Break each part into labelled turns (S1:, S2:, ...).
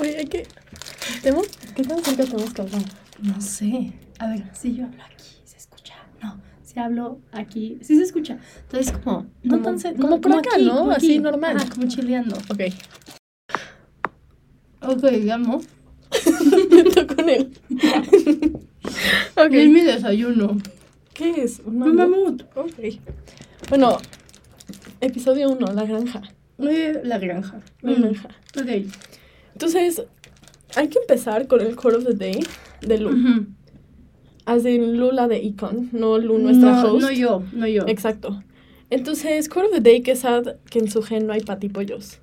S1: Oye, hay que. ¿Tenemos... ¿Qué tan cerca estamos causando?
S2: No sé. A ver, si yo hablo aquí, ¿se escucha? No, si hablo aquí, sí se escucha. Entonces, como, no
S1: Como-
S2: tan cer-
S1: como por acá, ¿no?
S2: como
S1: Así, normal.
S2: Ajá, como chileando.
S1: Ok.
S2: Ok, digamos.
S1: Intento con él.
S2: Okay. Es
S1: ok.
S2: mi desayuno.
S1: ¿Qué es? ¿Un
S2: Un
S1: mamut?
S2: mamut.
S1: Ok. Bueno, episodio 1, la granja.
S2: Eh, la granja.
S1: La
S2: Mm,
S1: granja.
S2: Ok.
S1: Entonces, hay que empezar con el quote of the day de Lu.
S2: Ujú.
S1: As in Lula de Icon, no Lu, nuestra
S2: no,
S1: host.
S2: no yo, no yo.
S1: Exacto. Entonces, quote of the day que es sad que en su gen no hay patipollos.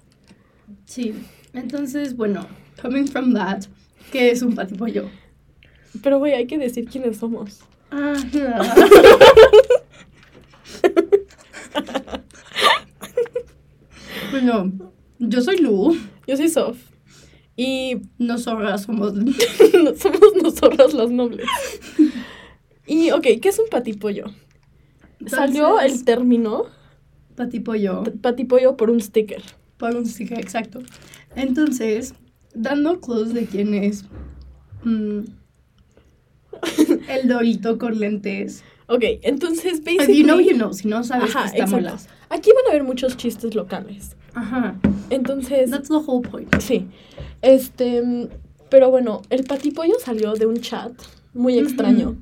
S2: Sí. Entonces, bueno, coming from that, que es un patipollo.
S1: Pero, güey, hay que decir quiénes somos.
S2: Ajá. bueno, yo soy Lu,
S1: Yo soy Sof. Y
S2: nosotras somos...
S1: somos nosotras las nobles. Y, ok, ¿qué es un patipollo? Salió el
S2: Entonces, Oh.
S1: término
S2: patipollo
S1: p- patipollo por un sticker.
S2: por un sticker, exacto. Entonces, dando clues de quién es mm, el dorito con lentes.
S1: Ok, entonces,
S2: If
S1: basically...
S2: you know, you know. Si no sabes,
S1: Ajá,
S2: pues te
S1: exacto.
S2: amolas.
S1: Aquí van a haber muchos chistes locales.
S2: Ajá.
S1: Entonces,
S2: That's the whole point.
S1: sí. Este, mm, pero bueno, el patipollo salió de un chat muy
S2: Ujú.
S1: extraño.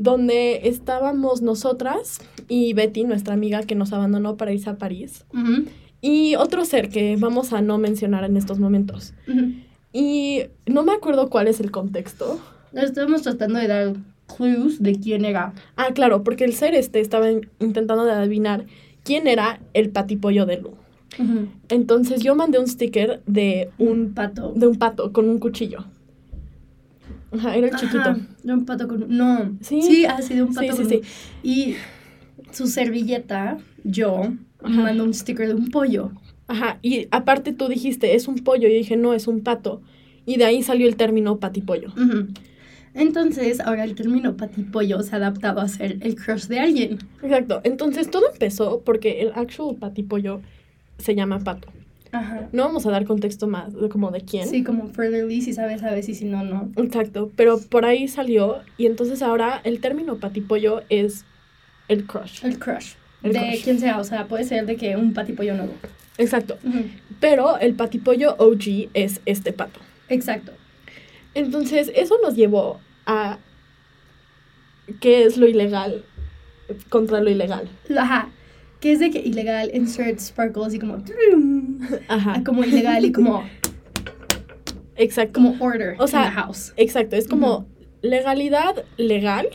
S1: Donde estábamos nosotras y Betty, nuestra amiga que nos abandonó para irse a París.
S2: Ujú,
S1: Y otro ser que vamos a no mencionar en estos momentos.
S2: ujú.
S1: Y no me acuerdo cuál es el contexto.
S2: Estamos tratando de dar clues de quién era.
S1: Ah, claro, porque el ser este estaba in- intentando de adivinar quién era el patipollo de Lu. Entonces yo mandé un sticker de un,
S2: Un pato.
S1: de un pato con un cuchillo. Ajá, era el
S2: Ajá,
S1: chiquito.
S2: de un pato con... No.
S1: Sí.
S2: Sí, ah, sí, de un pato
S1: Sí, sí, sí.
S2: con- Y su servilleta, yo,
S1: Ajá.
S2: mando un sticker de un pollo.
S1: Ajá, y aparte tú dijiste, es un pollo. Yo dije, no, es un pato. Y de ahí salió el término patipollo.
S2: Ujú. Entonces, ahora el término patipollo se ha adaptado a ser el crush de alguien.
S1: Exacto. Entonces todo empezó porque el actual patipollo se llama pato.
S2: Ajá.
S1: No vamos a dar contexto más de como de quién.
S2: Sí, como furtherly, si sabes, sabes, y si no, no.
S1: Exacto, pero por ahí salió y entonces ahora el término patipollo es el crush.
S2: El crush.
S1: El
S2: de
S1: crush.
S2: quien sea, o sea, puede ser de que un patipollo nuevo.
S1: Exacto,
S2: Ujú.
S1: pero el patipollo OG es este pato.
S2: Exacto.
S1: Entonces eso nos llevó a qué es lo ilegal contra lo ilegal.
S2: Ajá. Que es de que ilegal insert sparkles y como. trum,
S1: Ajá,
S2: ah, Como ilegal y como.
S1: exacto.
S2: Como order
S1: O sea,
S2: in the house.
S1: Exacto, es como
S2: Ujú.
S1: legalidad legal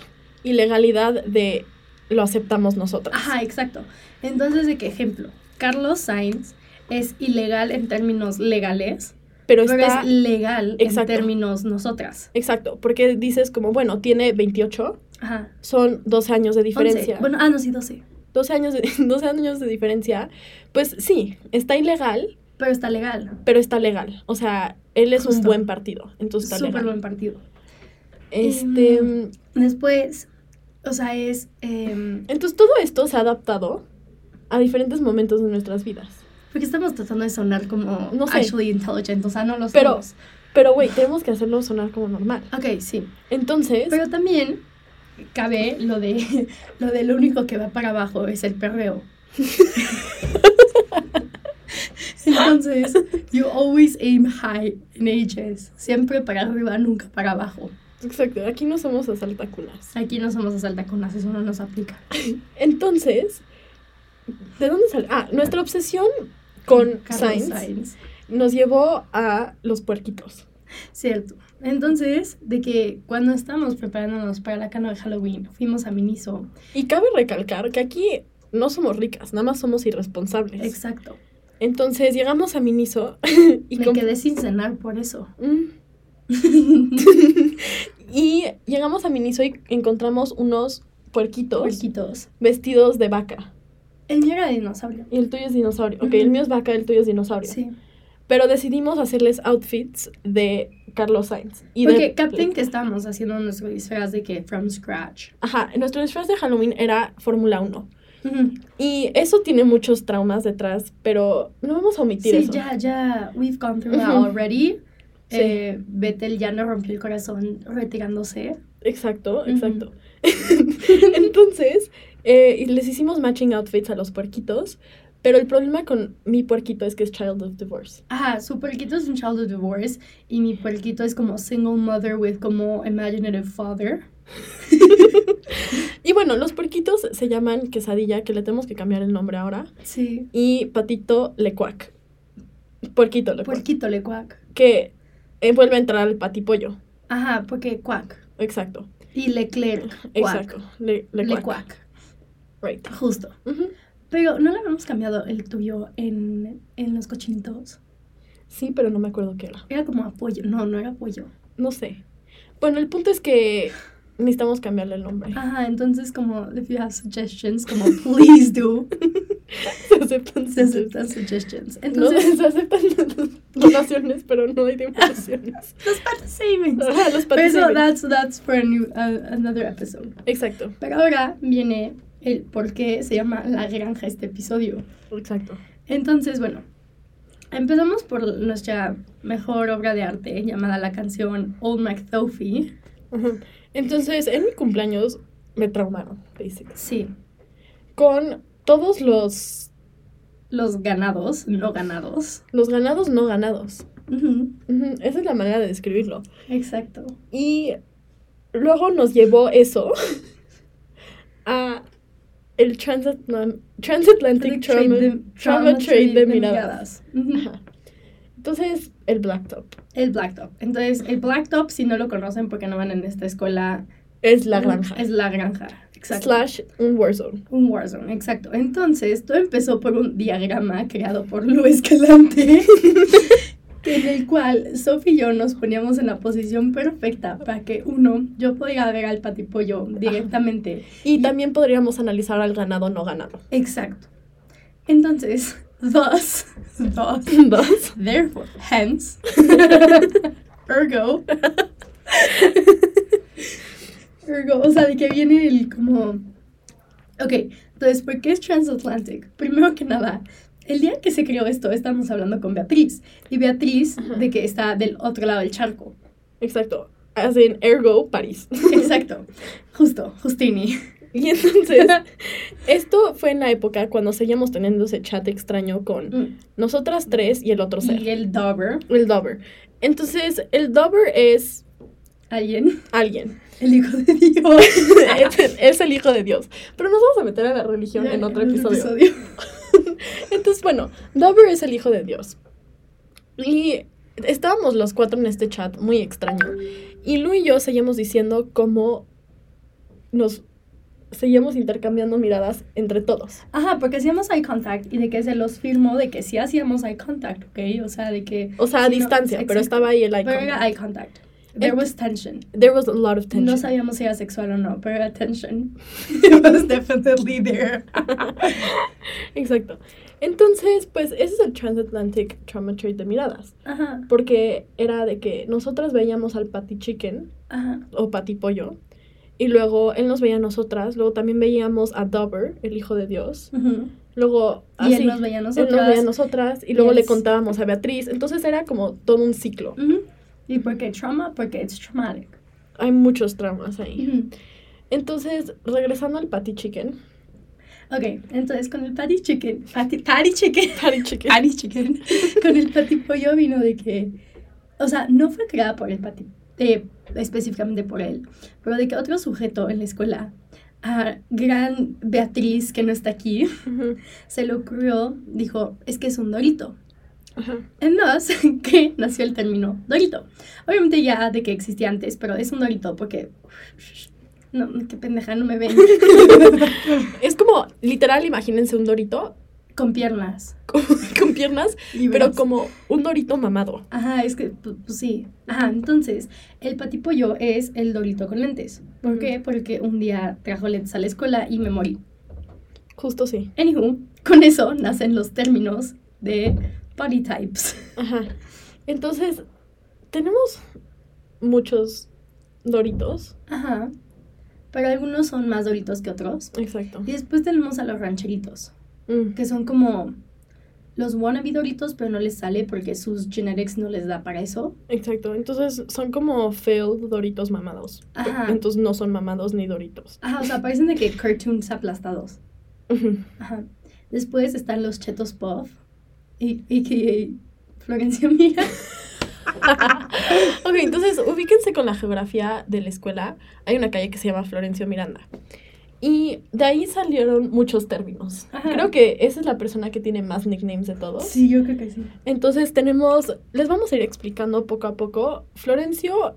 S1: y legalidad de lo aceptamos nosotras.
S2: Ajá, exacto. Entonces, ¿de qué ejemplo? Carlos Sainz es ilegal en términos legales,
S1: Pero
S2: pero,
S1: está...
S2: es legal en
S1: Exacto.
S2: términos nosotras.
S1: Exacto, porque dices como, bueno, tiene 28,
S2: Ajá.
S1: son 12 años de
S2: 11.
S1: diferencia.
S2: Bueno, ah, no, sí, 12.
S1: 12 años, de, 12 años de diferencia, pues sí, está ilegal,
S2: Pero está legal.
S1: pero está legal. O sea, él es un
S2: Justo.
S1: buen partido, entonces está
S2: Súper
S1: legal.
S2: buen partido.
S1: Este,
S2: Em. Después, o sea, es. em,
S1: entonces todo esto se ha adaptado a diferentes momentos de nuestras vidas.
S2: porque estamos tratando de sonar como
S1: No sé.
S2: actually intelligent, o sea, no lo
S1: Pero-
S2: somos.
S1: Pero güey, tenemos que hacerlo sonar como normal.
S2: Ok, sí.
S1: Entonces,
S2: Pero también cabe lo de lo del único que va para abajo es el perreo. Entonces, you always aim high in ages. Siempre para arriba, nunca para abajo.
S1: exacto, aquí no somos asaltaculas.
S2: Aquí no somos asaltacunas, eso no nos aplica.
S1: Entonces, ¿de dónde sale? Ah, nuestra obsesión con
S2: Carlos
S1: Sainz
S2: Sainz.
S1: nos llevó a los puerquitos.
S2: Cierto. Entonces, de que cuando estábamos preparándonos para la cano de Halloween, fuimos a Miniso.
S1: Y cabe recalcar que aquí no somos ricas, nada más somos irresponsables.
S2: Exacto.
S1: Entonces llegamos a Miniso y,
S2: Me
S1: com-
S2: quedé sin cenar por eso.
S1: Mm. y llegamos a Miniso y encontramos unos puerquitos
S2: Puerquitos.
S1: vestidos de vaca.
S2: El mío era dinosaurio.
S1: Y el tuyo es dinosaurio. Ok,
S2: Ujú.
S1: el mío es vaca, el tuyo es dinosaurio.
S2: Sí.
S1: Pero decidimos hacerles outfits de Carlos Sainz. Y de-
S2: Porque Captain que estábamos haciendo nuestro disfraz de que from scratch.
S1: Ajá, nuestro disfraz de Halloween era Fórmula 1. Y eso tiene muchos traumas detrás, pero no vamos a omitir
S2: Sí,
S1: eso.
S2: ya, ya, we've gone through that
S1: Ujú.
S2: already.
S1: Sí.
S2: Eh, Vettel ya no rompió el corazón retirándose.
S1: Exacto,
S2: Ujú.
S1: exacto. Entonces, eh, y les hicimos matching outfits a los puerquitos, pero el problema con mi puerquito es que es child of divorce.
S2: Ajá, su puerquito es un child of divorce y mi puerquito es como single mother with como imaginative father.
S1: Y bueno, los puerquitos se llaman quesadilla, que le tenemos que cambiar el nombre ahora,
S2: Sí.
S1: y patito lecuac. Puerquito lecuac.
S2: Puerquito le cuac.
S1: Que eh, vuelve a entrar el patipollo.
S2: Ajá, porque cuac.
S1: Exacto,
S2: Y Leclerc. Cuac.
S1: exacto. Le, lecuac.
S2: Lecuac.
S1: Right.
S2: Justo.
S1: Ujú.
S2: Pero no le habíamos cambiado el tuyo en, en los cochinitos.
S1: Sí, pero no me acuerdo qué era.
S2: Era como apoyo. No, no era apoyo.
S1: No sé. Bueno, el punto es que necesitamos cambiarle el nombre.
S2: Ajá, entonces como, if you have suggestions, como please do.
S1: Se aceptan
S2: Se
S1: sus-
S2: aceptan suggestions.
S1: No,
S2: Entonces,
S1: se aceptan donaciones, pero no hay devoluciones.
S2: los party savings.
S1: Ajá, los
S2: Pero eso,
S1: patrocinios.
S2: that's, that's for a new, a- another episode.
S1: Exacto,
S2: Pero ahora viene el por qué se llama La Granja este episodio.
S1: exacto.
S2: Entonces, bueno, empezamos por nuestra mejor obra de arte llamada la canción Old McDuffie.
S1: Ajá. Entonces, en mi cumpleaños me traumaron, básicamente.
S2: Sí,
S1: Con todos los,
S2: los ganados, no ganados.
S1: los ganados no ganados.
S2: Ujú,
S1: Ujú, Esa es la manera de describirlo.
S2: Exacto.
S1: Y luego nos llevó eso a el transatlan- Transatlantic Trauma, Trauma Trade de miradas.
S2: Ujú.
S1: Ajá. Entonces, el blacktop
S2: El Black Top. Entonces, el Black Top, si no lo conocen porque no van en esta escuela, mm,
S1: es la granja.
S2: Es la granja. Exacto.
S1: Slash un warzone.
S2: Un Warzone, exacto. Entonces, todo empezó por un diagrama creado por Lu Escalante, en el cual Sophie y yo nos poníamos en la posición perfecta para que, uno, yo podía ver al patipollo directamente.
S1: Y también podríamos analizar al ganado no ganado.
S2: Exacto. Entonces, dos, dos,
S1: Dos.
S2: therefore, hence, ergo, ergo, o sea, de que viene el como... Ok, entonces, ¿por qué es Transatlantic? Primero que nada, el día que se creó esto, estábamos hablando con Beatriz, y Beatriz
S1: Ajá.
S2: de que está del otro lado del charco.
S1: Exacto. Hacen ergo París.
S2: Exacto, justo, Justini.
S1: Y entonces, esto fue en la época cuando seguíamos teniendo ese chat extraño con nosotras tres y el otro
S2: Y
S1: ser,
S2: el Dover,
S1: el Dover. Entonces, el Dover es
S2: alguien,
S1: alguien.
S2: el hijo de Dios.
S1: es, es el hijo de Dios. Pero nos vamos a meter a la religión en otro episodio. Entonces, bueno, Dover es el hijo de Dios. Y estábamos los cuatro en este chat muy extraño. Y Lu y yo seguimos diciendo cómo nos seguimos intercambiando miradas entre todos.
S2: Ajá, porque hacíamos eye contact y de que se los firmó de que sí hacíamos eye contact, ¿ok? O sea, de que...
S1: O sea, a
S2: Sí, no,
S1: distancia, pero
S2: exacto.
S1: estaba ahí el
S2: Pero era
S1: icon.
S2: eye contact. There
S1: Ent-
S2: was tension.
S1: There was a lot of tension.
S2: No sabíamos si era sexual o no, pero era tension. It was definitely there.
S1: Exacto. Entonces, pues ese es el transatlantic trauma trait de miradas.
S2: Ajá,
S1: Porque era de que nosotras veíamos al patty chicken
S2: ajá.
S1: o Pati Pollo. Y luego él nos veía a nosotras. Luego también veíamos a Dover, el hijo de Dios.
S2: Ujú.
S1: Luego así,
S2: Y él nos veía a
S1: él nos veía a
S2: nosotras.
S1: nosotras. Y luego le
S2: Yes.
S1: contábamos a Beatriz. Entonces era como todo un ciclo.
S2: Ujú. ¿Y por qué trauma? Porque it's traumatic.
S1: Hay muchos traumas ahí.
S2: Ujú.
S1: Entonces, regresando al Patty Chicken.
S2: Ok, entonces con el patty chicken, patty, patty chicken,
S1: Patty Chicken.
S2: patty chicken, con el patipollo vino de que, o sea, no fue creada por el pati, eh, específicamente por él, pero de que otro sujeto en la escuela, a gran Beatriz que no está aquí,
S1: Ujú,
S2: se le ocurrió, dijo, es que es un dorito.
S1: ajá.
S2: Entonces, que nació el término dorito. Obviamente ya de que existía antes, pero es un dorito porque... No, qué pendeja, no me ven.
S1: Es como, literal, imagínense un dorito
S2: Con piernas.
S1: con, con piernas,
S2: y
S1: pero
S2: brazos.
S1: como un dorito mamado.
S2: Ajá, es que, pu- pues sí. Ajá, entonces, el patipollo es el dorito con lentes. ¿Por qué? Porque un día trajo lentes a la escuela y me morí.
S1: Justo sí.
S2: Anywho, con eso nacen los términos de body types.
S1: Ajá. Entonces, tenemos muchos doritos.
S2: Ajá. Pero algunos son más doritos que otros.
S1: Exacto.
S2: Y después tenemos a los rancheritos,
S1: Mm.
S2: que son como los wannabe Doritos, pero no les sale porque sus genetics no les da para eso.
S1: Exacto, entonces son como failed Doritos mamados.
S2: Ajá.
S1: Entonces no son mamados ni Doritos.
S2: Ajá, o sea, parecen de que cartoons aplastados. Ajá. Después están los Chetos Puff, y, y Florencia Mira.
S1: ok, entonces ubíquense con la geografía de la escuela. Hay una calle que se llama Florencio Miranda. Y de ahí salieron muchos términos.
S2: Ajá.
S1: Creo que esa es la persona que tiene más nicknames de todos.
S2: Sí, yo creo que sí.
S1: Entonces tenemos, les vamos a ir explicando poco a poco. Florencio,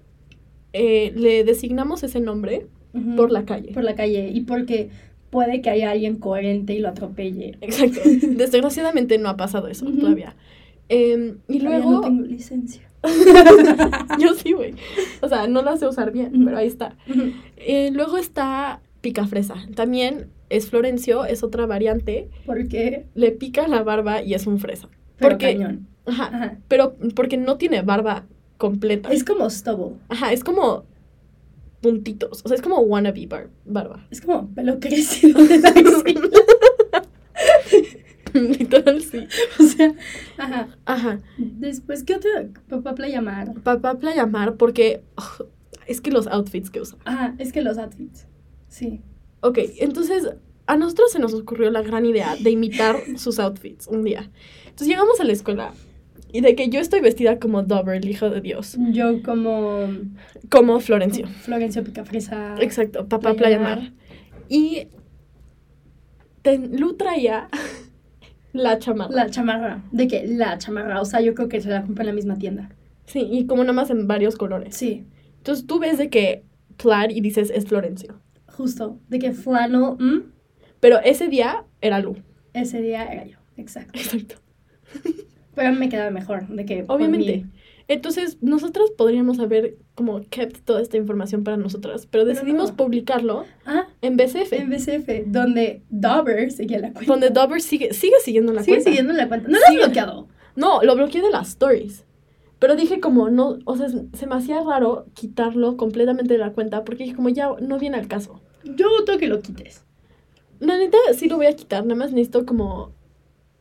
S1: eh, le designamos ese nombre
S2: Ujú.
S1: por la calle.
S2: Por la calle. Y porque puede que haya alguien coherente y lo atropelle.
S1: Exacto. Desgraciadamente no ha pasado eso
S2: Ujú.
S1: todavía. Em, y
S2: Todavía
S1: luego...
S2: no tengo licencia.
S1: Yo sí, güey. O sea, no la sé usar bien, pero ahí está.
S2: Ujú.
S1: Eh, luego está picafresa. También es Florencio, es otra variante.
S2: Porque.
S1: Le pica la barba y es un fresa.
S2: pero
S1: Porque- ah,
S2: cañón.
S1: Ajá.
S2: Ajá.
S1: Pero porque no tiene barba completa.
S2: Ah. Es como stubble.
S1: Ajá, es como puntitos. O sea, es como wannabe bar- barba.
S2: Es como pelo crecido de la axila.
S1: Literal, sí.
S2: O sea, ajá.
S1: Ajá.
S2: Después, ¿qué otro papá llamar?
S1: Papá playamar porque... ugh, es que los outfits que usa.
S2: Ajá, es que los outfits. Sí.
S1: Ok, entonces a nosotros se nos ocurrió la gran idea de imitar sus outfits un día. Entonces llegamos a la escuela y de que yo estoy vestida como Dover, el hijo de Dios,
S2: Yo como
S1: como Florencio.
S2: Florencio Picafresa.
S1: Exacto, papá
S2: Playa
S1: Playa
S2: Mar.
S1: Mar. Y ten- Lu traía la chamarra.
S2: La chamarra. ¿De qué? La chamarra. O sea, yo creo que se la compré en la misma tienda.
S1: Sí, y como nada más en varios colores.
S2: Sí.
S1: Entonces tú ves de que plaid y dices es Florencio.
S2: Justo. De que flano, mm,
S1: Pero ese día era Lu.
S2: ese día era yo. Exacto.
S1: Exacto.
S2: Pero me quedaba mejor. De que. por
S1: Obviamente.
S2: mí.
S1: Entonces, nosotras podríamos haber como kept toda esta información para nosotras, pero
S2: Pero
S1: decidimos
S2: no.
S1: publicarlo
S2: Ah,
S1: en BCF,
S2: en BCF, donde Dover seguía la cuenta.
S1: donde Dover sigue, sigue siguiendo la
S2: Sigue
S1: cuenta.
S2: siguiendo la cuenta. No la has
S1: Sigue.
S2: bloqueado.
S1: No, lo bloqueé de las stories. Pero dije como no, o sea, se me hacía raro quitarlo completamente de la cuenta porque dije como ya no viene al caso.
S2: Yo voto que lo quites.
S1: La neta sí lo voy a quitar, nada más necesito como,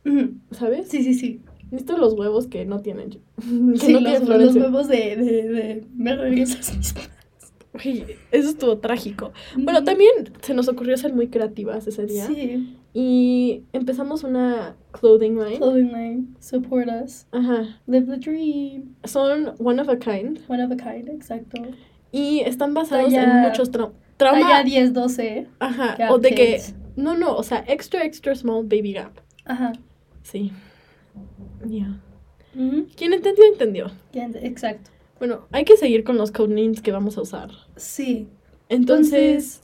S2: Ujú.
S1: ¿sabes?
S2: Sí, sí, sí.
S1: Necesito los huevos que no tienen. que
S2: Sí,
S1: no tiene
S2: los, los
S1: Florencio.
S2: huevos de, de, de- Me regresas mis
S1: Güey, eso estuvo trágico. Bueno, también ¿Eh? se nos ocurrió ser muy creativas ese día.
S2: Sí.
S1: Y empezamos una clothing line.
S2: Clothing line. Support us.
S1: Ajá.
S2: Live the dream.
S1: Son one of a kind.
S2: One of a kind. Exacto.
S1: Y están basados en
S2: Talla-
S1: muchos trau-
S2: Talla
S1: trauma.
S2: 10, 12.
S1: Ajá.
S2: Gap
S1: O de que.
S2: kids.
S1: No, no. O sea, extra, extra small baby gap.
S2: Ajá.
S1: Sí. Ya.
S2: Ujú.
S1: Quien entendió, entendió.
S2: Ya ent- Exacto.
S1: Bueno, hay que seguir con los codenames que vamos a usar.
S2: Sí.
S1: Entonces.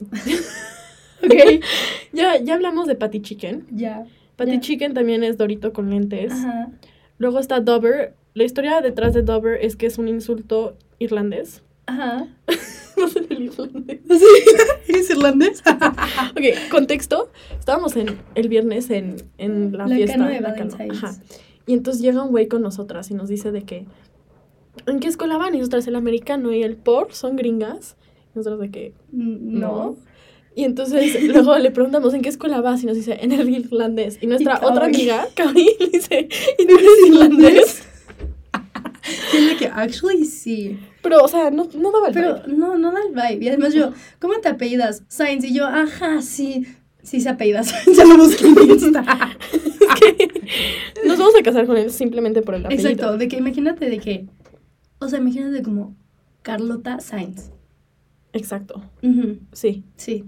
S2: Ok.
S1: ya, ya hablamos de Patty Chicken.
S2: ya.
S1: Patty
S2: Ya.
S1: Chicken también es Dorito con lentes.
S2: Ajá.
S1: Luego está Dover. La historia detrás de Dover es que es un insulto irlandés.
S2: Ajá.
S1: no sé el irlandés.
S2: Sí. ¿Eres irlandés?
S1: Ok, contexto. Estábamos en el viernes en, en la,
S2: La
S1: fiesta.
S2: cano de
S1: la cano,
S2: Valentine's.
S1: ajá. Y entonces llega un güey con nosotras y nos dice de que, ¿en qué escuela van? Y nosotras el americano y el por son gringas. Y nosotras de que,
S2: Mm,
S1: no. Y entonces luego le preguntamos, ¿en qué escuela vas? Y nos dice, en el irlandés. Y nuestra
S2: Y
S1: otra
S2: Kaori.
S1: amiga, Kaori, le dice, ¿y tú eres irlandés?
S2: Es de que actually sí.
S1: Pero, o sea, no, no daba el
S2: Pero
S1: vibe.
S2: no, no da el vibe. Y además yo, ¿cómo te apellidas? Sainz. Y yo, ajá, sí. Sí se apellida Sainz. Ya lo busqué en Insta.
S1: Nos vamos a casar con él simplemente por el apellido.
S2: Exacto. De que imagínate de que... O sea, imagínate como Carlota Sainz.
S1: Exacto,
S2: Ujú,
S1: sí.
S2: Sí.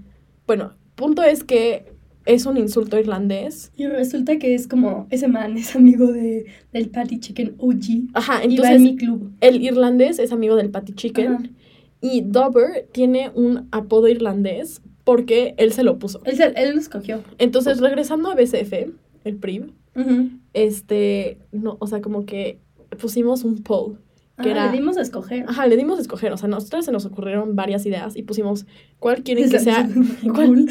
S1: Bueno, punto es que es un insulto irlandés.
S2: Y resulta que es como, ese man es amigo de, del Patty Chicken OG.
S1: Ajá,
S2: y va en
S1: entonces
S2: mi club.
S1: el irlandés es amigo del Patty Chicken
S2: Ajá.
S1: y Dover tiene un apodo irlandés porque él se lo puso.
S2: Él, se- él lo escogió.
S1: Entonces, regresando a BCF, el PRIM, este, no, o sea, como que pusimos un poll.
S2: Ah,
S1: Que era- Ah,
S2: Le dimos a escoger.
S1: Ajá, le dimos a escoger, o sea, a nosotras se nos ocurrieron varias ideas y pusimos cuál quieren que sea
S2: Cool.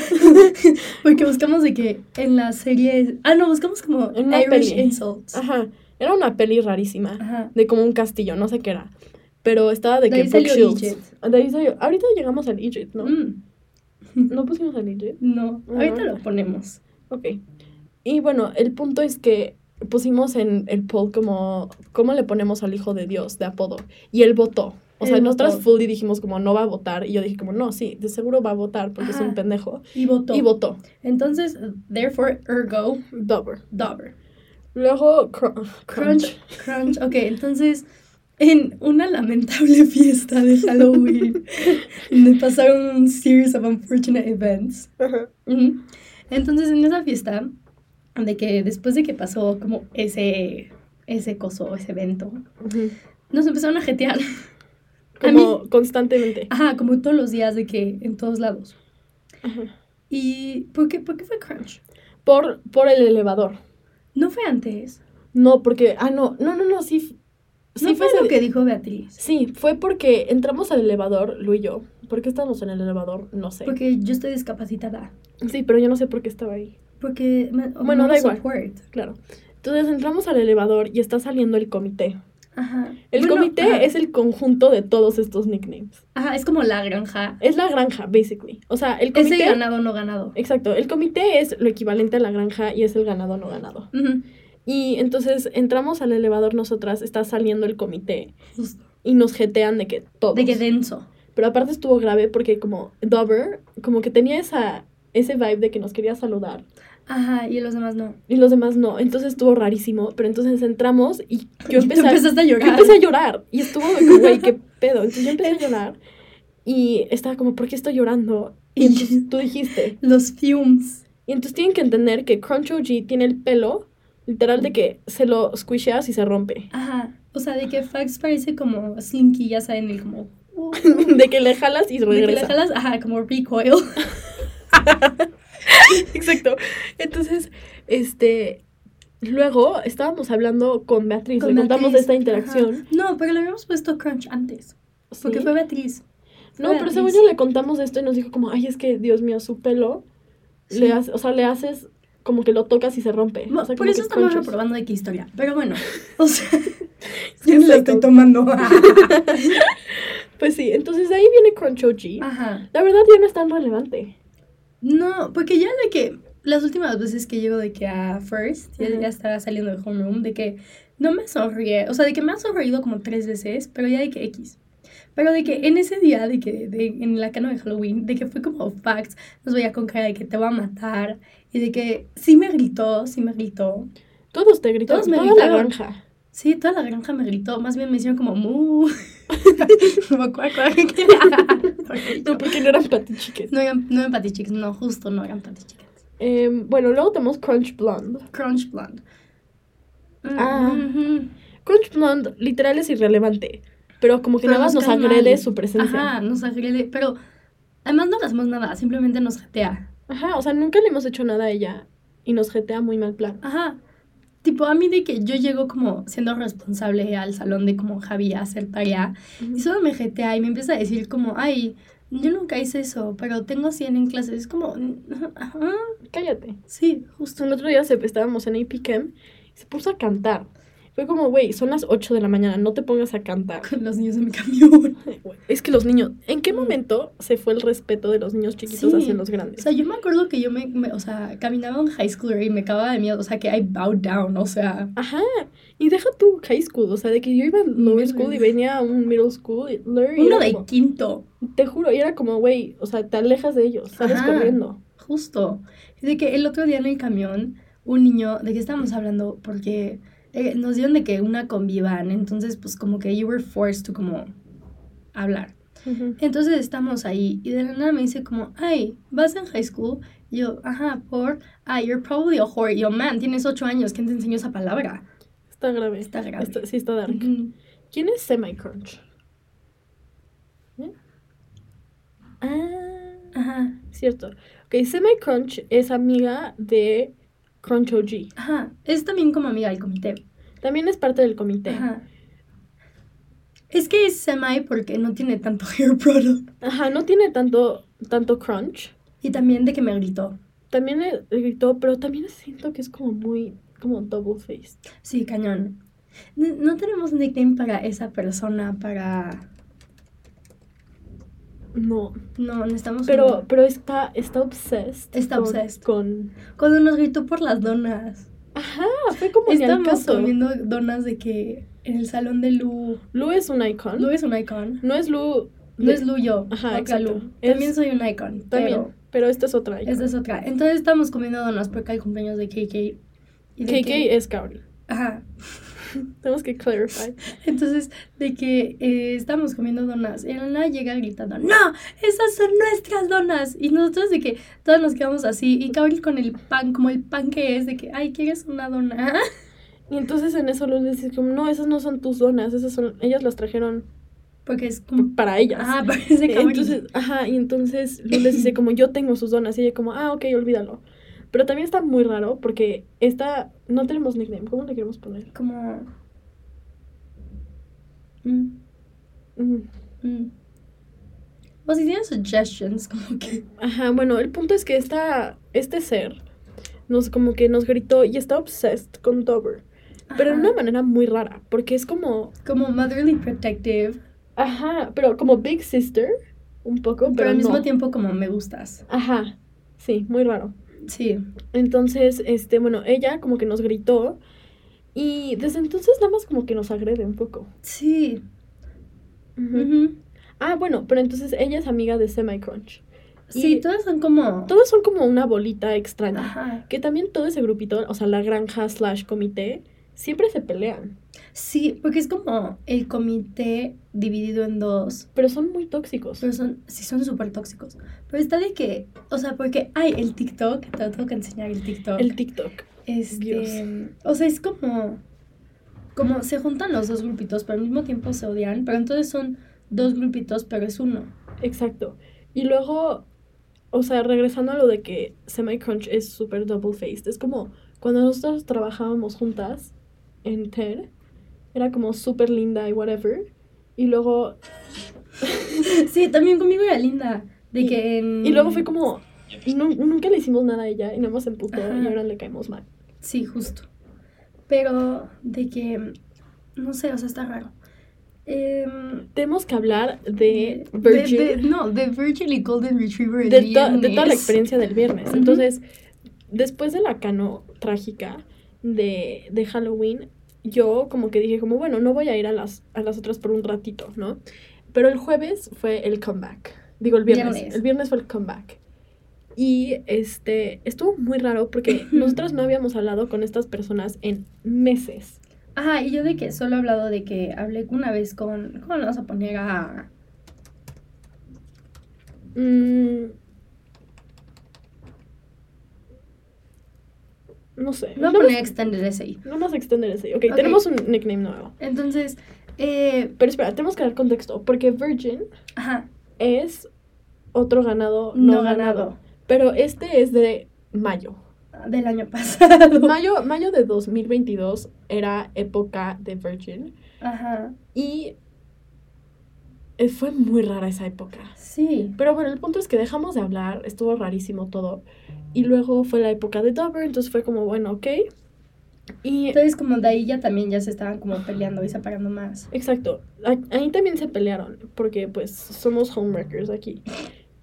S2: Porque buscamos de que en la serie. Ah, no, buscamos como
S1: En una
S2: Irish
S1: peli. Ah.
S2: Insults.
S1: Ajá, era una peli rarísima
S2: Ajá.
S1: de como un castillo, no sé qué era. Pero estaba de,
S2: De
S1: que
S2: ahí salió
S1: bookshelves.
S2: Egypt.
S1: De ahí salió- Ahorita llegamos al Egypt, ¿no?
S2: Mm,
S1: No pusimos al Egypt.
S2: no,
S1: Ajá.
S2: ahorita lo ponemos.
S1: Ok. Y bueno, el punto es que pusimos en el poll como, ¿cómo le ponemos al Hijo de Dios de apodo? Y él votó. O sea,
S2: Él
S1: nosotras
S2: votó.
S1: fully dijimos como, no va a votar. Y yo dije como, no, sí, de seguro va a votar porque es un
S2: Ajá.
S1: pendejo.
S2: Y votó.
S1: Y votó.
S2: Entonces, therefore, ergo,
S1: Dover.
S2: dauber.
S1: Luego, cr-
S2: Crunch, crunch. Ok, entonces, en una lamentable fiesta de Halloween, me pasaron un series of unfortunate events.
S1: Ajá.
S2: Ujú. Entonces, en esa fiesta, de que después de que pasó como ese, ese coso, ese evento,
S1: Ujú.
S2: nos empezaron a jetear. A mí-
S1: Como constantemente.
S2: Ajá, como todos los días de que en todos lados.
S1: Ajá.
S2: ¿Y por qué, por qué fue crunch?
S1: Por, por el elevador.
S2: No fue antes.
S1: No, porque, ah, no, no, no, no, sí. f- Sí,
S2: no fue
S1: ese-
S2: lo que dijo Beatriz.
S1: Sí, fue porque entramos al elevador, Lu y yo. ¿Por qué estábamos en el elevador? No sé.
S2: Porque yo estoy discapacitada.
S1: Sí, pero yo no sé por qué estaba ahí.
S2: Porque. me-
S1: Bueno,
S2: no
S1: da igual.
S2: support.
S1: Claro. Entonces entramos al elevador y está saliendo el comité.
S2: Ajá.
S1: El
S2: Bueno,
S1: comité
S2: ajá.
S1: es el conjunto de todos estos nicknames.
S2: Ajá, es como la granja.
S1: Es la granja, basically. O sea, el
S2: Ese
S1: comité.
S2: ganado no ganado.
S1: Exacto. El comité es lo equivalente a la granja y es el ganado no ganado.
S2: Ujú.
S1: Y entonces entramos al elevador nosotras, está saliendo el comité
S2: Justo.
S1: y nos jetean Pues, de que todos.
S2: De que denso.
S1: Pero aparte estuvo grave porque como Dover, como que tenía esa, ese vibe de que nos quería saludar
S2: Ajá, y los demás no.
S1: y los demás no. Entonces estuvo rarísimo, pero entonces entramos y yo
S2: Y tú
S1: empecé, a-
S2: empezaste a
S1: yo
S2: llorar.
S1: empecé a llorar y estuvo de que, güey, qué pedo. Entonces yo empecé a llorar y estaba como, ¿por qué estoy llorando? Y entonces tú dijiste.
S2: Los fumes.
S1: Y entonces tienen que entender que Crunch OG tiene el pelo literal de que se lo squisheas y se rompe.
S2: Ajá. O sea, de que Fax parece como Slinky, ya saben, el como.
S1: De que le jalas y
S2: De que le
S1: regresa.
S2: jalas, ajá, como recoil.
S1: Exacto. Entonces, este, luego estábamos hablando con Beatriz,
S2: Con
S1: le contamos
S2: Beatriz.
S1: esta interacción.
S2: Ajá. No, pero le habíamos puesto Crunch antes. Porque
S1: Sí.
S2: fue Beatriz.
S1: no, pero según yo le contamos esto y nos dijo como, ay, es que, Dios mío, su pelo, le hace- o sea, le haces como que lo tocas y se rompe.
S2: Bueno,
S1: O sea,
S2: por
S1: como
S2: eso
S1: que
S2: estamos
S1: crunches.
S2: reprobando de qué historia. Pero bueno, o sea,
S1: yo me la estoy
S2: tomando.
S1: Pues sí, entonces de ahí viene Crunch OG.
S2: Ajá.
S1: La verdad ya no es tan relevante.
S2: No, porque ya de que las últimas veces que llego de que a First, ya,
S1: Ajá.
S2: ya estaba saliendo de homeroom, de que no me sonríe. O sea, de que me ha sonreído como tres veces, pero ya de que X. Pero de que en ese día, de que de- en la cano de Halloween, de que fue como facts, nos veía con cara de que te va a matar. Y de que sí me gritó, sí me gritó.
S1: Todos te gritan,
S2: Todos me
S1: toda la
S2: gritaron.
S1: granja.
S2: Sí, toda la granja me gritó. Más bien me hicieron como mu. como cuac, cuac.
S1: No, porque no eran patichiques.
S2: no eran, no eran patty chicas, no, justo no eran patty chicas.
S1: Eh, bueno, luego tenemos Crunch Blonde.
S2: Crunch blonde. Mm,
S1: Ah.
S2: ujú.
S1: Crunch Blonde literal es irrelevante, pero como que
S2: Pero
S1: nada más nos
S2: cae
S1: agrede
S2: mal.
S1: su presencia.
S2: Ajá, nos agrede. Pero además no le hacemos nada, simplemente nos jetea.
S1: Ajá, o sea, nunca le hemos hecho nada a ella y nos jetea muy mal plan.
S2: Ajá. Tipo, a mí de que yo llego como siendo responsable al salón de como Javi a hacer tarea y solo me jetea y me empieza a decir como, ay, yo nunca hice eso, pero tengo 100 en clases. Es como, ajá,
S1: Cállate.
S2: sí,
S1: O
S2: justo.
S1: sea, El otro día se- estábamos en AP Chem y se puso a cantar. Fue como, güey, son las 8 de la mañana, no te pongas a cantar.
S2: Con los niños en mi camión.
S1: Es que los niños, ¿en qué
S2: Mm.
S1: momento se fue el respeto de los niños chiquitos
S2: Sí.
S1: hacia los
S2: O
S1: grandes?
S2: sea, yo me acuerdo que yo me, me- o sea, caminaba en high school y me cagaba de miedo. O sea, que I bowed down, o sea.
S1: Ajá, y deja tu high school, o sea, de que yo iba a lower
S2: Middle.
S1: school y venía a un middle school. y- y
S2: Uno
S1: era
S2: de
S1: como-
S2: quinto,
S1: Te juro, y era como, güey, o sea, te alejas de ellos, sales
S2: Ajá.
S1: corriendo.
S2: justo. Y De que el otro día en el camión, un niño, ¿de qué estábamos hablando? Porque eh, nos dieron de que una convivan, entonces pues como que you were forced to como hablar. Entonces estamos ahí y de la nada me dice como, ay, ¿vas en high school? Y yo, ajá, por, ah, you're probably a whore. Y yo, man, tienes ocho años, ¿quién te enseñó esa palabra?
S1: Está grave.
S2: Está grave.
S1: Está- sí, está dark.
S2: Ujú.
S1: ¿Quién es Semi-Crunch? ¿Eh? Ah,
S2: Ajá,
S1: cierto. Ok, Semi-Crunch es amiga de Crunch OG.
S2: ajá. Es también como amiga del comité.
S1: También es parte del comité. Ajá,
S2: Ajá. Es que es semi porque no tiene tanto hair product.
S1: no tiene tanto, tanto crunch.
S2: Y también de que me gritó.
S1: También le le gritó, pero también siento que es como muy, como double faced.
S2: Sí, cañón. N- No tenemos nickname para esa persona, para...
S1: No,
S2: No, necesitamos...
S1: pero,
S2: uno.
S1: pero está, está obsessed.
S2: Está
S1: con-
S2: obsessed.
S1: Con...
S2: Cuando nos gritó por las donas.
S1: Ajá, fue como ni al
S2: Estamos
S1: caso.
S2: comiendo donas de que en el salón de Lu.
S1: Lu es un icon.
S2: Lu es un icon.
S1: No es Lu.
S2: No es Lu yo.
S1: Ajá,
S2: otra
S1: exacto.
S2: Lu.
S1: Es-
S2: También soy un icon.
S1: También.
S2: Pero
S1: Pero, esta es otra icon.
S2: esta es otra. Entonces estamos comiendo donas porque hay cumpleaños de KK. Y de
S1: KK
S2: que-
S1: es Kaori.
S2: Ajá.
S1: Tenemos que clarify.
S2: Entonces, de que eh, estamos comiendo donas. Y Elena llega gritando, ¡No! ¡Esas son nuestras donas! Y nosotros de que todos nos quedamos así. Y Kaori con el pan, como el pan que es, de que, ¡Ay, ¿quieres una dona?
S1: Y entonces en eso Lu les dice como, no, esas no son tus donas, esas son, ellas las trajeron
S2: Porque es como...
S1: para ellas.
S2: Ah, parece Kaori.
S1: entonces, ajá, y entonces Lu les dice como, yo tengo sus donas, y ella como, ah, ok, olvídalo. Pero también está muy raro porque esta, no tenemos nickname, ¿cómo le queremos poner?
S2: como... Mm,
S1: Mm.
S2: mm. O si tienen suggestions, como que...
S1: Ajá, bueno, el punto es que esta, este ser nos como que nos gritó y está obsessed con Dover. Pero de
S2: Ajá.
S1: una manera muy rara, porque es como,
S2: Como motherly protective,
S1: ajá, pero como Big Sister, un poco, pero,
S2: pero al mismo
S1: no.
S2: tiempo como me gustas.
S1: Ajá, sí, muy raro.
S2: Sí.
S1: Entonces, este, bueno, ella como que nos gritó y desde entonces nada más como que nos agrede un poco.
S2: Sí.
S1: Ujú.
S2: Ujú.
S1: Ah, bueno, pero entonces ella es amiga de Semi-Crunch.
S2: Sí,
S1: Y-
S2: todas son como...
S1: Todos son como una bolita extraña.
S2: Ajá.
S1: Que también todo ese grupito, o sea, la granja slash comité, siempre se pelean,
S2: Sí, porque es como el comité dividido en dos.
S1: pero son muy tóxicos.
S2: Pero son, sí, son súper tóxicos. Pero está de que, o sea, porque hay el TikTok, te tengo que enseñar el TikTok.
S1: El TikTok. Dios.
S2: Este, o sea, es como, como se juntan los dos grupitos, pero al mismo tiempo se odian, pero entonces son dos grupitos, pero es uno.
S1: Exacto. Y luego, o sea, regresando a lo de que Semi-Crunch es súper double-faced, es como cuando nosotros trabajábamos juntas en TED, era como súper linda y whatever. Y luego,
S2: Sí, también conmigo era linda, de que en-
S1: y luego fue como, "Nu- nunca le hicimos nada a ella y nada más se emputó
S2: Ajá.
S1: y ahora le caemos mal.
S2: Sí, justo. Pero de que, no sé, o sea, está raro. Em,
S1: Tenemos que hablar de
S2: de-
S1: Virgin, de,
S2: de- no, de Virgil y Golden Retriever. el
S1: to- de toda la
S2: viernes.
S1: experiencia del viernes.
S2: Ujú.
S1: Entonces, después de la cano trágica de, de Halloween, yo como que dije como, bueno, no voy a ir a las, a las otras por un ratito, ¿no? Pero el jueves fue el comeback. Digo, el viernes.
S2: Viernes.
S1: El viernes fue el comeback. Y este estuvo muy raro porque nosotras no habíamos hablado con estas personas en meses.
S2: Ajá, y yo de que solo he hablado de que hablé una vez con, ¿cómo le vas a poner Ah, a...?
S1: Mm. no sé.
S2: Voy a
S1: No
S2: poner Extended Essay.
S1: No más extender ese.
S2: Ok.
S1: ok, tenemos un nickname nuevo.
S2: Entonces, eh,
S1: Pero espera, tenemos que dar contexto, porque Virgin
S2: ajá,
S1: es otro ganado no,
S2: no,
S1: ganado.
S2: ganado.
S1: Pero este es de mayo.
S2: del año pasado.
S1: mayo. Mayo de 2022 era época de Virgin.
S2: Ajá,
S1: Y eh, fue muy rara esa época.
S2: sí.
S1: Pero bueno, el punto es que dejamos de hablar, estuvo rarísimo todo. Y luego fue la época de Dover, entonces fue como, bueno, ok. Y
S2: Entonces, como de ahí ya también ya se estaban como peleando y separando más.
S1: Exacto. A- Ahí también se pelearon, porque pues somos homewreckers aquí.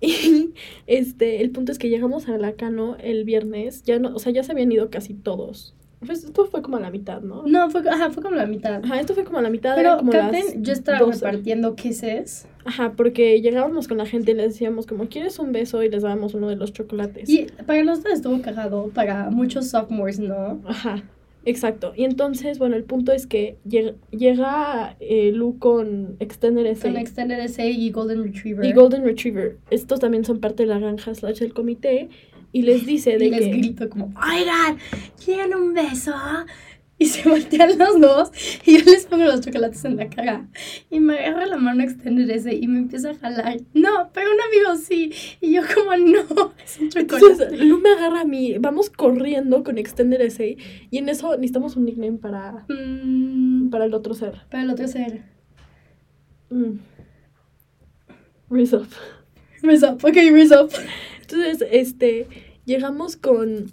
S1: Y este, el punto es que llegamos a la Cano el viernes, ya no, o sea, ya se habían ido casi todos. Pues, esto fue como a la mitad, ¿no?
S2: No, fue, ajá, fue como la mitad.
S1: Ajá, esto fue como a la mitad, era
S2: Mm. Pero,
S1: como las
S2: Captain, yo estaba
S1: 12.
S2: repartiendo kisses.
S1: Ajá, porque llegábamos con la gente y les decíamos como, ¿quieres un beso? Y les dábamos uno de los chocolates.
S2: Y para nosotros estuvo cagado, para muchos sophomores no.
S1: Ajá, exacto. Y entonces, bueno, el punto es que lleg- llega eh, Lu con Extender ese
S2: Con Extended Essay y Golden Retriever.
S1: y Golden Retriever. Estos también son parte de la granja slash del comité. Y les dice de
S2: Y les
S1: que...
S2: grito como, oigan, ¿quieren un beso? Y se voltean los dos y yo les pongo los chocolates en la cara. Y me agarra la mano extender ese y me empieza a jalar. No, pero un amigo sí. Y yo como, no, es un chocolate.
S1: Entonces, Lu me agarra a mí, vamos corriendo con Extender Essay. Y en eso necesitamos un nickname para,
S2: Mm,
S1: para el otro ser.
S2: para el otro ser.
S1: Mm. Rizzo.
S2: Rise up, ok, rise up.
S1: Entonces, este, llegamos con...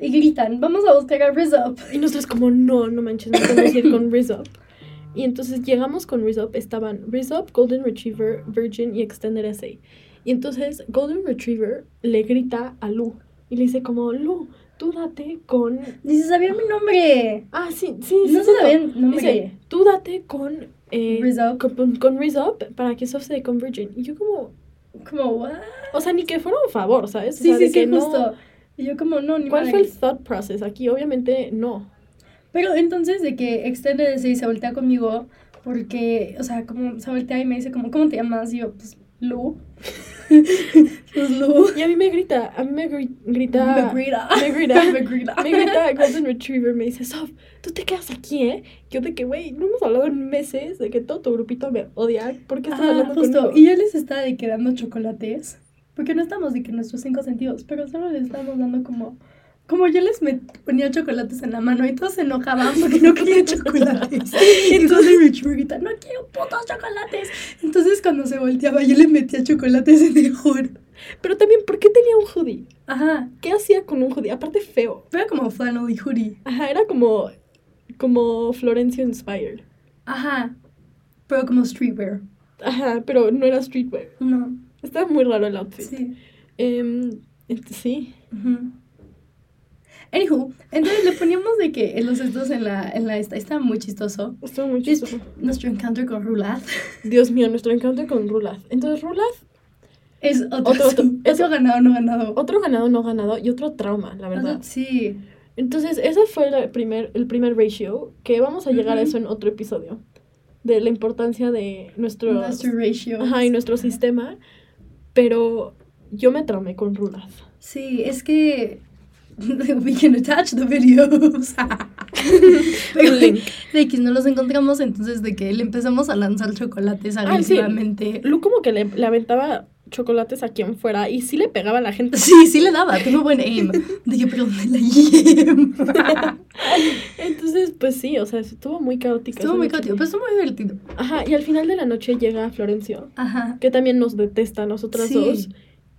S2: Y gritan, vamos a buscar a rise up.
S1: Y nosotros como, no, no manches, no podemos ir con Rizzo. Y entonces llegamos con Rizzo, estaban Rizzo, Golden Retriever, Virgin y Extended Essay. Y entonces Golden Retriever le grita a Lu y le dice como, Lu, tú date con.
S2: Dice, sabía mi nombre.
S1: Ah, sí, sí,
S2: No
S1: sí,
S2: se
S1: sí,
S2: sabía
S1: no.
S2: el nombre.
S1: Dice, tú date con. eh,
S2: Riz Up.
S1: Con, con Riz Up para que Sof se dé con Virgin. Y yo, como.
S2: Como, ¿what?
S1: O sea, ni que fuera un favor, ¿sabes? O
S2: Sí,
S1: sea, de
S2: sí, sí,
S1: que no-
S2: justo. Y yo como, no, ni
S1: ¿Cuál fue
S2: madres.
S1: el thought process aquí? Obviamente no.
S2: Pero entonces de que extended se se voltea conmigo porque, o sea, como se voltea y me dice como, ¿cómo te llamas? Y yo, pues, Lu. pues Lu.
S1: Y a mí me grita, a mí me gri- grita.
S2: grita.
S1: me grita.
S2: Me grita.
S1: Me grita Golden Retriever, me dice, Sof, tú te quedas aquí, ¿eh? Yo de que, güey, no hemos hablado en meses de que todo tu grupito me odia. ¿Por qué estás
S2: Ah,
S1: hablando
S2: justo.
S1: conmigo?
S2: Y yo les estaba de que dando chocolates. Porque no estamos de que nuestros cinco sentidos, pero solo les estábamos dando como... Como yo les met- ponía chocolates en la mano y todos se enojaban porque no querían chocolates. Entonces mi chulo grita, no quiero putos chocolates. Entonces cuando se volteaba yo le metía chocolates en el hood.
S1: Pero también, ¿por qué tenía un hoodie?
S2: Ajá.
S1: ¿Qué hacía con un hoodie? Aparte feo.
S2: Era como flannel y hoodie.
S1: Ajá, era como, como Florencio Inspired.
S2: Ajá. Pero como streetwear.
S1: Ajá, pero no era streetwear.
S2: No.
S1: Estaba muy raro el
S2: Sí.
S1: outfit. Em, ent- sí.
S2: Ujú. Anywho, entonces le poníamos de que en los estos en la, en la esta, estaba muy chistoso.
S1: Estuvo muy
S2: Dis-
S1: chistoso.
S2: Nuestro encounter con Rulath
S1: Dios mío, nuestro encuentro con Rulath. Entonces, Rulath,
S2: es otro,
S1: Otro- otro-
S2: otro ganado, no ganado.
S1: otro ganado, no ganado y otro trauma, la verdad.
S2: Otro- sí.
S1: Entonces, ese fue la primer, el primer ratio, que vamos a llegar a
S2: Ujú.
S1: eso en otro episodio, de la importancia de nuestro,
S2: Nuestro ratio.
S1: ajá, y nuestro sistema, pero yo me traumé con Rulath.
S2: Sí, es que. We can attach the videos. Pero
S1: Un link.
S2: De que no los encontramos, entonces de que le empezamos a lanzar chocolates
S1: Ah, sí.
S2: agresivamente.
S1: Lu como que le, le aventaba chocolates a quien fuera y sí le pegaba a la gente.
S2: Sí, sí le daba, tuvo buen aim. De que, pero ¿dónde la aim?
S1: Entonces, pues sí, o sea, estuvo muy caótica.
S2: Estuvo
S1: esa
S2: muy
S1: noche.
S2: caótico, pero estuvo muy divertido.
S1: Ajá, y al final de la noche llega Florencio,
S2: Ajá.
S1: que también nos detesta a nosotras
S2: Sí.
S1: dos.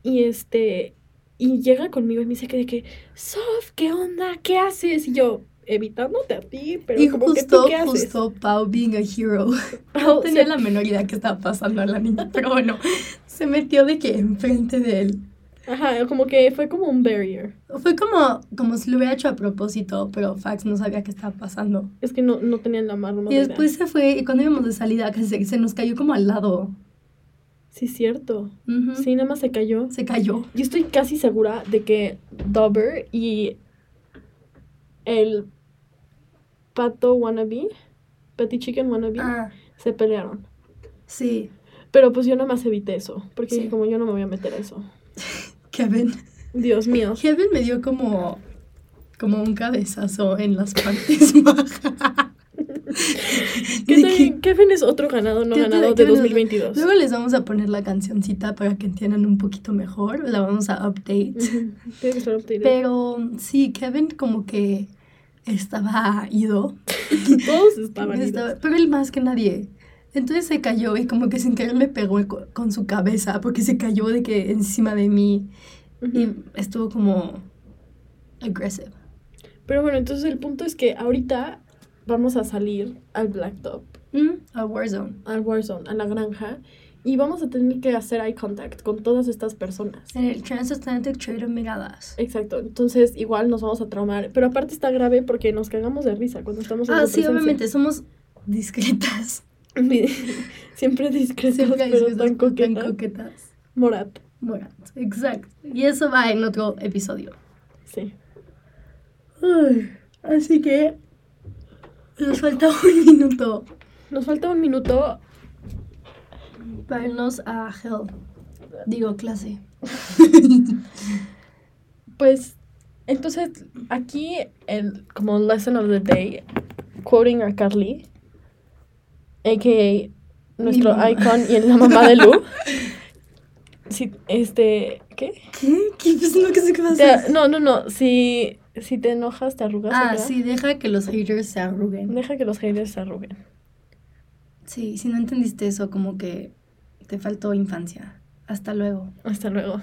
S1: Y este, y llega conmigo y me dice que de que, Sof, ¿qué onda? ¿Qué haces? Y yo, evitándote a ti, pero
S2: y
S1: como que tú
S2: justo,
S1: qué haces.
S2: justo Pau being a hero.
S1: Pau
S2: No tenía
S1: se-
S2: la menor idea que estaba pasando a la niña, pero bueno, se metió de que enfrente de él.
S1: Ajá, como que fue como un barrier.
S2: Fue como, como si lo hubiera hecho a propósito, pero Fax no sabía qué estaba pasando.
S1: Es que no, no tenían la más remota
S2: Y
S1: idea.
S2: después se fue, y cuando íbamos de salida, que se, se nos cayó como al lado.
S1: Sí, cierto.
S2: Ujú.
S1: Sí, nada más se cayó.
S2: Se cayó.
S1: Yo estoy casi segura de que Dover y el pato wannabe, Patty Chicken wannabe,
S2: Ah,
S1: se pelearon.
S2: sí.
S1: Pero pues yo nada más evité eso, porque
S2: Sí.
S1: dije, como yo no me voy a meter a eso.
S2: Kevin.
S1: Dios mío.
S2: Kevin me dio como, como un cabezazo en las partes bajas.
S1: Que
S2: De
S1: también Kevin es otro ganado, no
S2: que-
S1: ganado
S2: que-
S1: de
S2: que-
S1: 2022.
S2: Luego les vamos a poner la cancioncita para que entiendan un poquito mejor. La vamos a update.
S1: Ujú. Tiene que ser updated.
S2: Pero sí, Kevin como que estaba ido.
S1: Todos estaban
S2: Estaba-
S1: idos.
S2: pero él más que nadie. Entonces se cayó y como que sin querer me pegó co- con su cabeza porque se cayó de que encima de mí
S1: Ujú.
S2: y estuvo como aggressive.
S1: Pero bueno, entonces el punto es que ahorita vamos a salir al Blacktop,
S2: Mm, A Warzone.
S1: al Warzone, a la granja, y vamos a tener que hacer eye contact con todas estas personas.
S2: En el Transatlantic Trade of Miradas.
S1: Exacto, entonces igual nos vamos a traumar, pero aparte está grave porque nos cagamos de risa cuando estamos en
S2: Ah,
S1: su
S2: sí,
S1: presencia.
S2: obviamente, somos discretas.
S1: Siempre discretos,
S2: Siempre hay
S1: pero
S2: cosas
S1: tan coquetas.
S2: coquetas.
S1: Morat,
S2: Morat, exacto. Y eso va en otro episodio.
S1: sí.
S2: Ay, así que nos falta un minuto
S1: Nos falta un minuto.
S2: para irnos a Hell. Digo, clase.
S1: Pues, entonces, aquí, el, como lesson of the day, quoting a Carly, a.k.a. nuestro
S2: mamá.
S1: icon y la mamá de Lu. Si, este, ¿qué?
S2: ¿Qué? ¿Qué? Pues no, que sé qué vas a
S1: Te-
S2: hacer.
S1: no, no, no, si, si te enojas, te arrugas.
S2: Ah,
S1: ¿verdad?
S2: sí, deja que los haters se arruguen.
S1: Deja que los haters se arruguen.
S2: Sí, si no entendiste eso, como que te faltó infancia. Hasta luego.
S1: Hasta luego.